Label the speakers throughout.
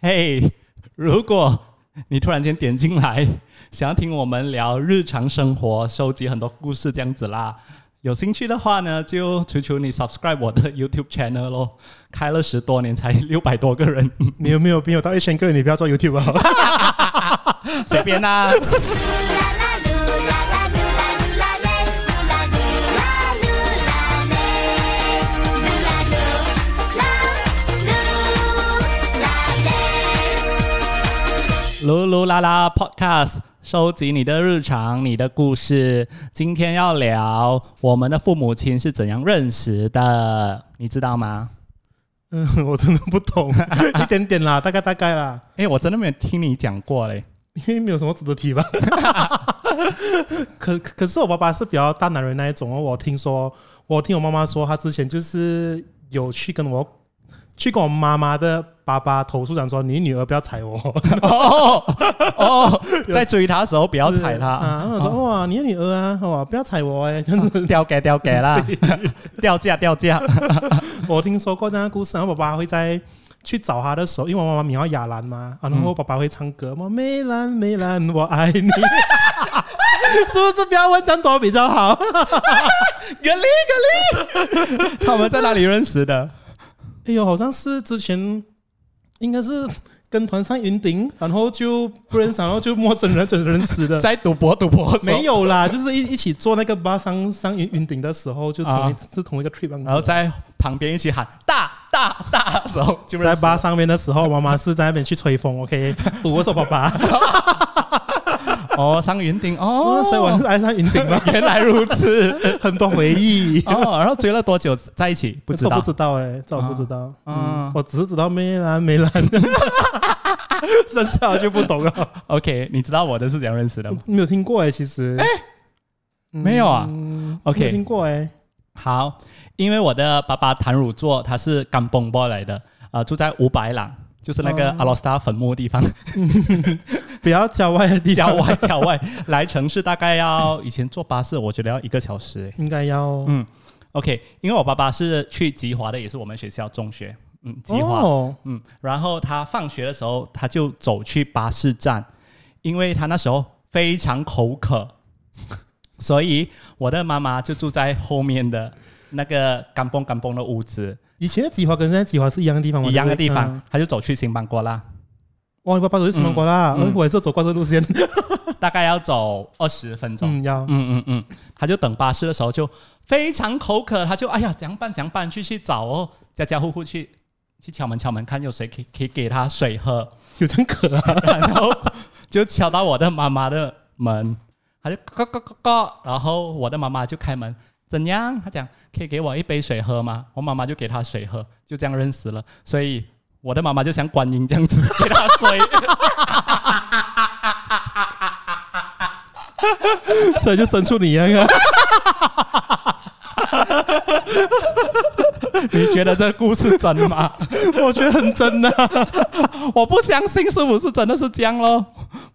Speaker 1: 嘿、如果你突然间点进来，想要听我们聊日常生活，收集很多故事这样子啦。有兴趣的话呢，就求求你 subscribe 我的 YouTube channel 咯。开了十多年，才六百多个 人，
Speaker 2: 你有没有朋友到一千个人？你不要做 YouTube 啊！
Speaker 1: 随便啦、噜噜啦啦 Podcast，收集你的日常、你的故事。今天要聊我们的父母亲是怎样认识的，你知道吗？
Speaker 2: 嗯， 我真的 不懂，一点点啦，大概大概啦，
Speaker 1: 诶，我真的没有听你讲过嘞。
Speaker 2: 因为没有什么值 得提吧。可可是我爸爸是比较大男人那一种哦，我听说，我听我妈妈说，她之前就是有去跟我去跟我妈妈的爸爸投诉，讲说你女儿不要踩我，
Speaker 1: 哦 哦，在追他的时候不
Speaker 2: 不
Speaker 1: 要踩哦
Speaker 2: 啊！
Speaker 1: 他，
Speaker 2: 我说、哇，你的女儿啊，哇，不要踩我哎、这样子。
Speaker 1: 掉给掉给 啦，掉价掉价。
Speaker 2: 我听说过这样的故事，然后爸爸会在去找他的时候，因为我妈妈名叫雅兰
Speaker 1: 嗯
Speaker 2: 嘛，啊然后爸爸会唱歌嘛，梅兰梅兰，我爱你。 是不是不要问张朵比较好？
Speaker 1: 格力格力，他们在哪里认识的？
Speaker 2: 哎呦，好像是之前应该是跟团上云顶，然后就不认识，然后就陌生人就认识的。
Speaker 1: 在赌博赌博的时候
Speaker 2: 没，有啦，就是一一起坐那个巴上上云云顶的时候，就同一、
Speaker 1: 啊
Speaker 2: 是同一个 trip，这样子
Speaker 1: 然后在旁边一起喊大大大的时候就认
Speaker 2: 在
Speaker 1: 识
Speaker 2: 巴上面的时候，妈妈是在那边去吹风，OK，赌的时候爸爸，
Speaker 1: 哦，上云顶哦，
Speaker 2: 所以我是爱上云顶了。
Speaker 1: 原来如 此。
Speaker 2: 很多回忆
Speaker 1: 哦。然后追了多久在一起？ 不知
Speaker 2: 这我
Speaker 1: 道
Speaker 2: 不，知道哎、这我不知道。
Speaker 1: 啊
Speaker 2: 嗯，我只是知道梅兰梅 兰，剩下我就不懂了，
Speaker 1: OK，你知道我的是怎样认识的吗？
Speaker 2: 没有听过哎、其实。哎、嗯
Speaker 1: 没有啊，OK
Speaker 2: 没有听过哎、
Speaker 1: 好，因为我的爸爸谭汝作他是甘崩波来的，啊、住在五百朗，就是那个
Speaker 2: 哦
Speaker 1: 阿罗斯塔坟墓的 地方，
Speaker 2: 比较郊外的地方，
Speaker 1: 郊外郊外，来城市大概要以前坐巴士，我觉得要一个小时欸。
Speaker 2: 应该要。
Speaker 1: 嗯 OK，因为我爸爸是去吉华的，也是我们学校中学，嗯，吉华，
Speaker 2: 哦，
Speaker 1: 嗯，然后他放学的时候，他就走去巴士站，因为他那时候非常口渴，所以我的妈妈就住在后面的那个甘崩甘崩的屋子，
Speaker 2: 以前的吉华跟现在吉华是一样的地方吗？
Speaker 1: 哦一样的地
Speaker 2: 对不对
Speaker 1: 方
Speaker 2: 嗯，
Speaker 1: 他就走去新邦果 啦，
Speaker 2: 哇，你爸爸走去什么国啦？
Speaker 1: 嗯嗯
Speaker 2: 哎我也是走过这路线。
Speaker 1: 大概要走二十分钟。
Speaker 2: 嗯，要。
Speaker 1: 嗯嗯嗯，他就等巴士的时候就非常口渴，他就哎呀，怎样办？怎样办？去去找哦，家家户户去去敲门敲门，看有谁可以可以给他水喝。
Speaker 2: 有真渴啊！
Speaker 1: 然后就敲到我的妈妈的门，他就咯咯咯咯，然后我的妈妈就开门，怎样？他讲可以给我一杯水喝吗？我妈妈就给他水喝，就这样认识了。所以我的妈妈就像观音这样子 给他水，
Speaker 2: 所以就生出你一样啊！
Speaker 1: 你觉得这故事真吗？
Speaker 2: 我觉得很真的、
Speaker 1: 我不相信是不是真的是这样 咯？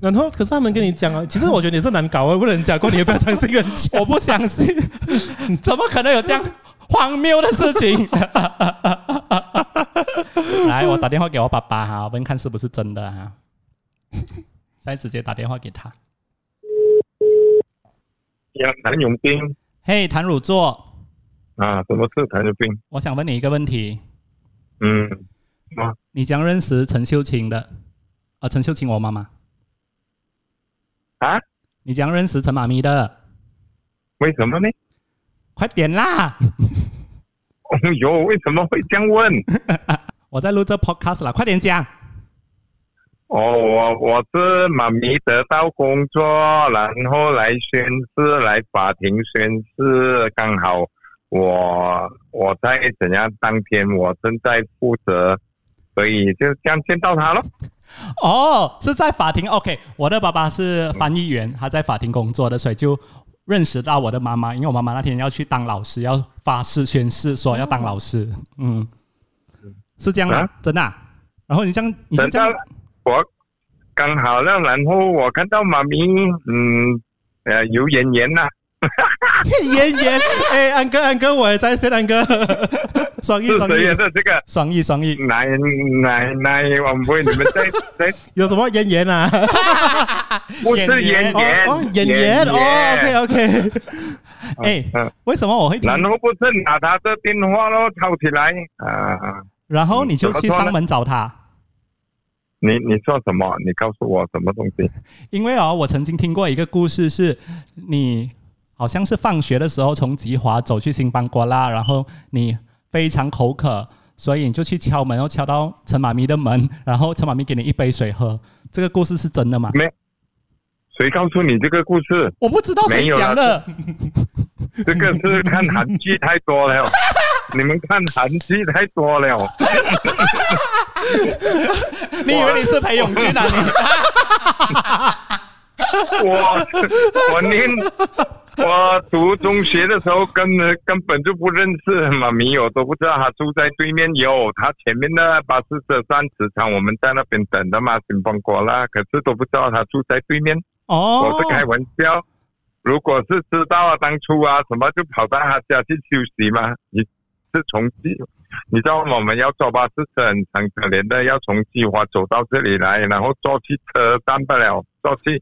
Speaker 2: 然后，可是他们跟你讲啊，其实我觉得你是难搞啊，问人家过，你也不要相信人家。
Speaker 1: 我不相信， 怎么可能有这样荒谬的事情？ 来，我打电话给我爸爸哈，我们看是不是真的哈。现在直接打电话给他。
Speaker 3: 杨谭永斌
Speaker 1: 嘿、谭汝作，
Speaker 3: 啊，什么是谭永斌？
Speaker 1: 我想问你一个问题：
Speaker 3: 嗯，啊，
Speaker 1: 你将认识陈秀清的？啊，陈秀清，我妈妈。
Speaker 3: 啊？
Speaker 1: 你将认识陈妈咪的？
Speaker 3: 为什么呢？
Speaker 1: 快点啦！
Speaker 3: 哦哟，为什么会这样问？
Speaker 1: 我在录这 podcast 啦，快点讲。
Speaker 3: 哦，我我是妈咪得到工作，然后来宣誓，来法庭宣誓，刚好我我在怎样当天我正在负责，所以就这样见到他了。
Speaker 1: 哦，是在法庭。OK，我的爸爸是翻译员，他在法庭工作的，所以就认识到我的妈妈，因为我妈妈那天要去当老师，要发誓宣誓说要当老师。嗯，是这样的，
Speaker 3: 啊
Speaker 1: 真的啊、然后你这样，你就
Speaker 3: 等
Speaker 1: 这
Speaker 3: 到
Speaker 1: 样，
Speaker 3: 我刚好了，然后我看到妈咪，嗯，呃，油盐盐呐、
Speaker 2: 演员，哎，安哥，安哥，我也在线，安 哥，双一，
Speaker 3: 是
Speaker 2: 双
Speaker 3: 谁
Speaker 2: 一
Speaker 3: 演，的这个？
Speaker 1: 双翼双翼，
Speaker 3: 奶奶奶，我们不会，你们在在
Speaker 2: 有什么演员啊？
Speaker 3: 不是演
Speaker 2: 哦
Speaker 3: 员
Speaker 2: 哦，演员，哦，OK OK，
Speaker 1: 哎
Speaker 3: 嗯，
Speaker 1: 为什么我会听？
Speaker 3: 然后不是拿他的电话咯，抄起来啊！
Speaker 1: 然后你就
Speaker 3: 怎么
Speaker 1: 去
Speaker 3: 说呢
Speaker 1: 上门找他，
Speaker 3: 你你说什么？你告诉我什么东西？
Speaker 1: 因为哦，我曾经听过一个故事是，你好像是放学的时候从吉华走去新邦国啦，然后你非常口渴，所以你就去敲门，然后敲到陈妈咪的门，然后陈妈咪给你一杯水喝。这个故事是真的吗？
Speaker 3: 没，谁告诉你这个故事？
Speaker 1: 我不知道谁
Speaker 3: 没有啦
Speaker 1: 讲的，
Speaker 3: 这个是看韩剧太多了，你们看韩剧太多了。
Speaker 1: 你以为你是裴勇俊啊？你
Speaker 3: 我我 念我读中学的时候根本根本就不认识妈咪，我都不知道她住在对面有，她前面的巴士车站磁场，我们在那边等的嘛，新邦国啦，可是都不知道她住在对面，
Speaker 1: 哦，
Speaker 3: 我是开玩笑。如果是知道啊，当初啊什么就跑到她家去休息嘛，你是从计，你知道我们要坐巴士车很很可怜的，要从计划走到这里来，然后坐去车站不了，坐去。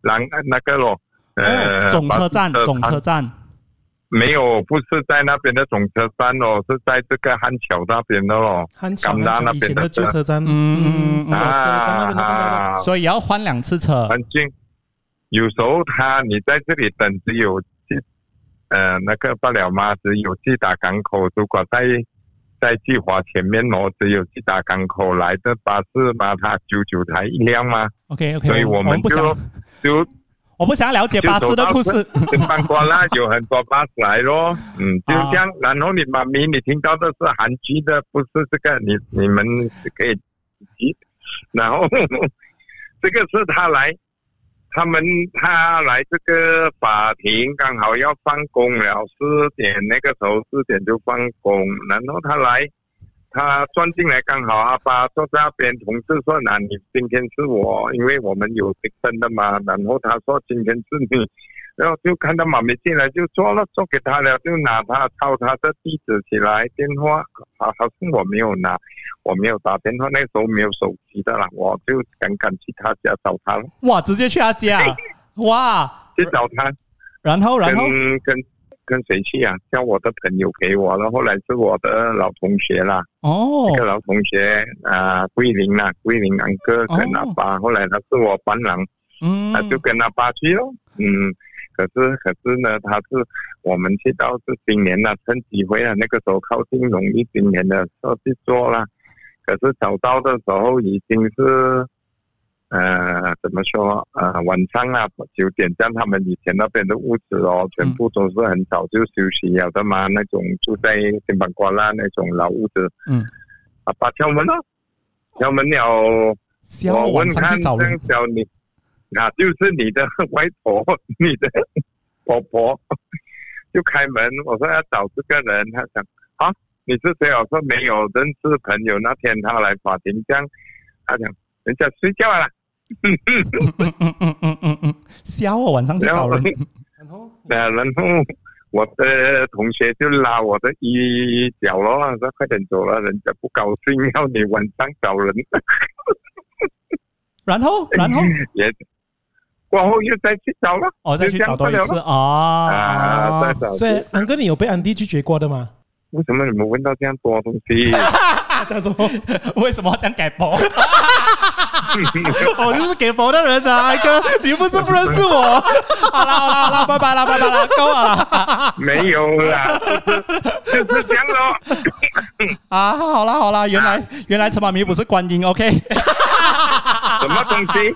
Speaker 3: 然那个咯，呃，
Speaker 1: 哦总车站，
Speaker 3: 巴士
Speaker 1: 总车站。
Speaker 3: 没有，不是在那边的总车站哦，是在这个汉桥那边的咯。
Speaker 2: 汉桥，
Speaker 3: 港大
Speaker 2: 汉桥
Speaker 3: 那
Speaker 2: 以
Speaker 3: 边
Speaker 2: 前
Speaker 3: 的
Speaker 2: 的旧车站，
Speaker 1: 嗯嗯嗯
Speaker 2: 老车站那边的旧车站。
Speaker 3: 啊，
Speaker 1: 所以要换两次车。
Speaker 3: 很近。有时候他你在这里等，只有去呃那个不了吗？只有去打港口。如果在在计划前面哦，只有去打港口来的巴士嘛，它九九才一辆嘛，
Speaker 1: OK OK，
Speaker 3: 所以
Speaker 1: 我
Speaker 3: 们
Speaker 1: 不想
Speaker 3: 就就
Speaker 1: 我不想了解
Speaker 3: 就
Speaker 1: 巴
Speaker 3: 走
Speaker 1: 士的
Speaker 3: 到
Speaker 1: 故事。
Speaker 3: 新班瓜啦，有很多巴士来咯，嗯，就这样。然后你妈咪，你听到的是韩剧的，不是这个，你你们可以记。然后 这个是他来，他们他来这个法庭刚好要放工了，四点那个时候四点就放工，然后他来。他钻进来刚好阿爸坐在那边，同事说：“那你今天是我，因为我们有订婚的嘛。”然后他说：“今天是你。”然后就看到妈咪进来，就做了做给他了，就拿他抄他的地址起来，电话好好像我没有拿，我没有打电话，那时候没有手机的啦，我就赶赶去他家找他了，
Speaker 1: 哇，直接去他家，哇，
Speaker 3: 去找他，
Speaker 1: 然后然后
Speaker 3: 跟跟跟谁去啊？叫我的朋友陪我，然后来是我的老同学啦，
Speaker 1: 哦
Speaker 3: 一个老同学啊、桂林啦，桂林安哥跟阿爸，
Speaker 1: 哦
Speaker 3: 后来他是我伴郎，
Speaker 1: 嗯
Speaker 3: 他就跟他爸去咯。嗯，可是可是呢，他是我们去到是新年了，趁机会啊了，那个时候靠近农历新年的时候去做啦。可是找到的时候已经是，呃，怎么说？呃，晚上啊，九点，像他们以前那边的屋子
Speaker 1: 嗯
Speaker 3: 哦，全部都是很早就休息了的嘛，那种住在新板瓜啦那种老屋子。
Speaker 1: 嗯，
Speaker 3: 啊，把敲门了，敲门了。
Speaker 1: 想
Speaker 3: 我问
Speaker 1: 晚上
Speaker 3: 他
Speaker 1: 去找
Speaker 3: 这
Speaker 1: 人
Speaker 3: 样，小你，啊，就是你的外婆，你的婆婆， 就开门，我说要找这个人，他讲啊，你是谁？我说没有认识朋友，那天他来法庭这样，他讲人家睡觉了，
Speaker 1: 嗯嗯嗯嗯嗯嗯，想我晚上去
Speaker 3: 然
Speaker 1: 找
Speaker 3: 后
Speaker 1: 人，
Speaker 2: 然后
Speaker 1: 嗯
Speaker 3: 呃，然后我的同学就拉我的衣角咯，说快点走了，人家不高兴，要你晚上找人。
Speaker 1: 然后然后
Speaker 3: 也过后又再去找了，
Speaker 1: 哦再去找多一
Speaker 3: 就这
Speaker 1: 次
Speaker 3: 样
Speaker 1: 啊
Speaker 3: 啊，再，找。
Speaker 2: 所以安哥，你有被安迪拒绝过的吗？
Speaker 3: 为什么你们问到这样多东西？
Speaker 2: 啊，这样子哦，
Speaker 1: 为什么要这样哦改 播？
Speaker 2: 我就是给佛的人啊，安哥，你又不是不认识 我，
Speaker 1: 好啦好啦好啦，拜拜啦拜拜啦，够了啦
Speaker 3: 没有啦， 就是就是这样咯。
Speaker 1: 啊，好啦好啦，原来原来陈宝明不是观音，OK，
Speaker 3: 什么东西？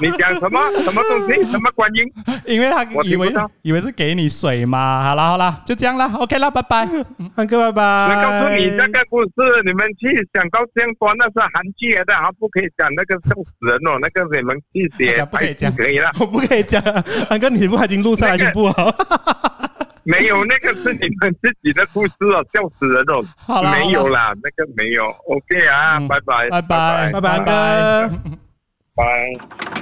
Speaker 3: 你讲什么？什么东西？什么观音？
Speaker 1: 因为他
Speaker 3: 我
Speaker 1: 以
Speaker 3: 听不
Speaker 1: 为
Speaker 3: 到
Speaker 1: 以为是给你水嘛，好啦好啦，就这样啦，OK 啦，拜拜。
Speaker 2: 安哥拜
Speaker 3: 我
Speaker 2: 拜。
Speaker 3: 告诉你这个故事，你们去想到这样多，那是韩剧来的，还不可以讲那个笑死人哦，那个你们去写
Speaker 1: 不可哎以讲
Speaker 3: 可以了。
Speaker 2: 我不可以讲，安哥，你不已经录下来全部啊？
Speaker 3: 没有，那个是你们自己的故事哦，笑死人哦。
Speaker 1: 好啦
Speaker 3: 没有啦，那个没有。OK 啊，
Speaker 1: 嗯
Speaker 3: 拜拜，
Speaker 1: 拜拜
Speaker 3: 拜
Speaker 2: 拜拜，安
Speaker 1: 拜
Speaker 2: 哥。
Speaker 3: 拜。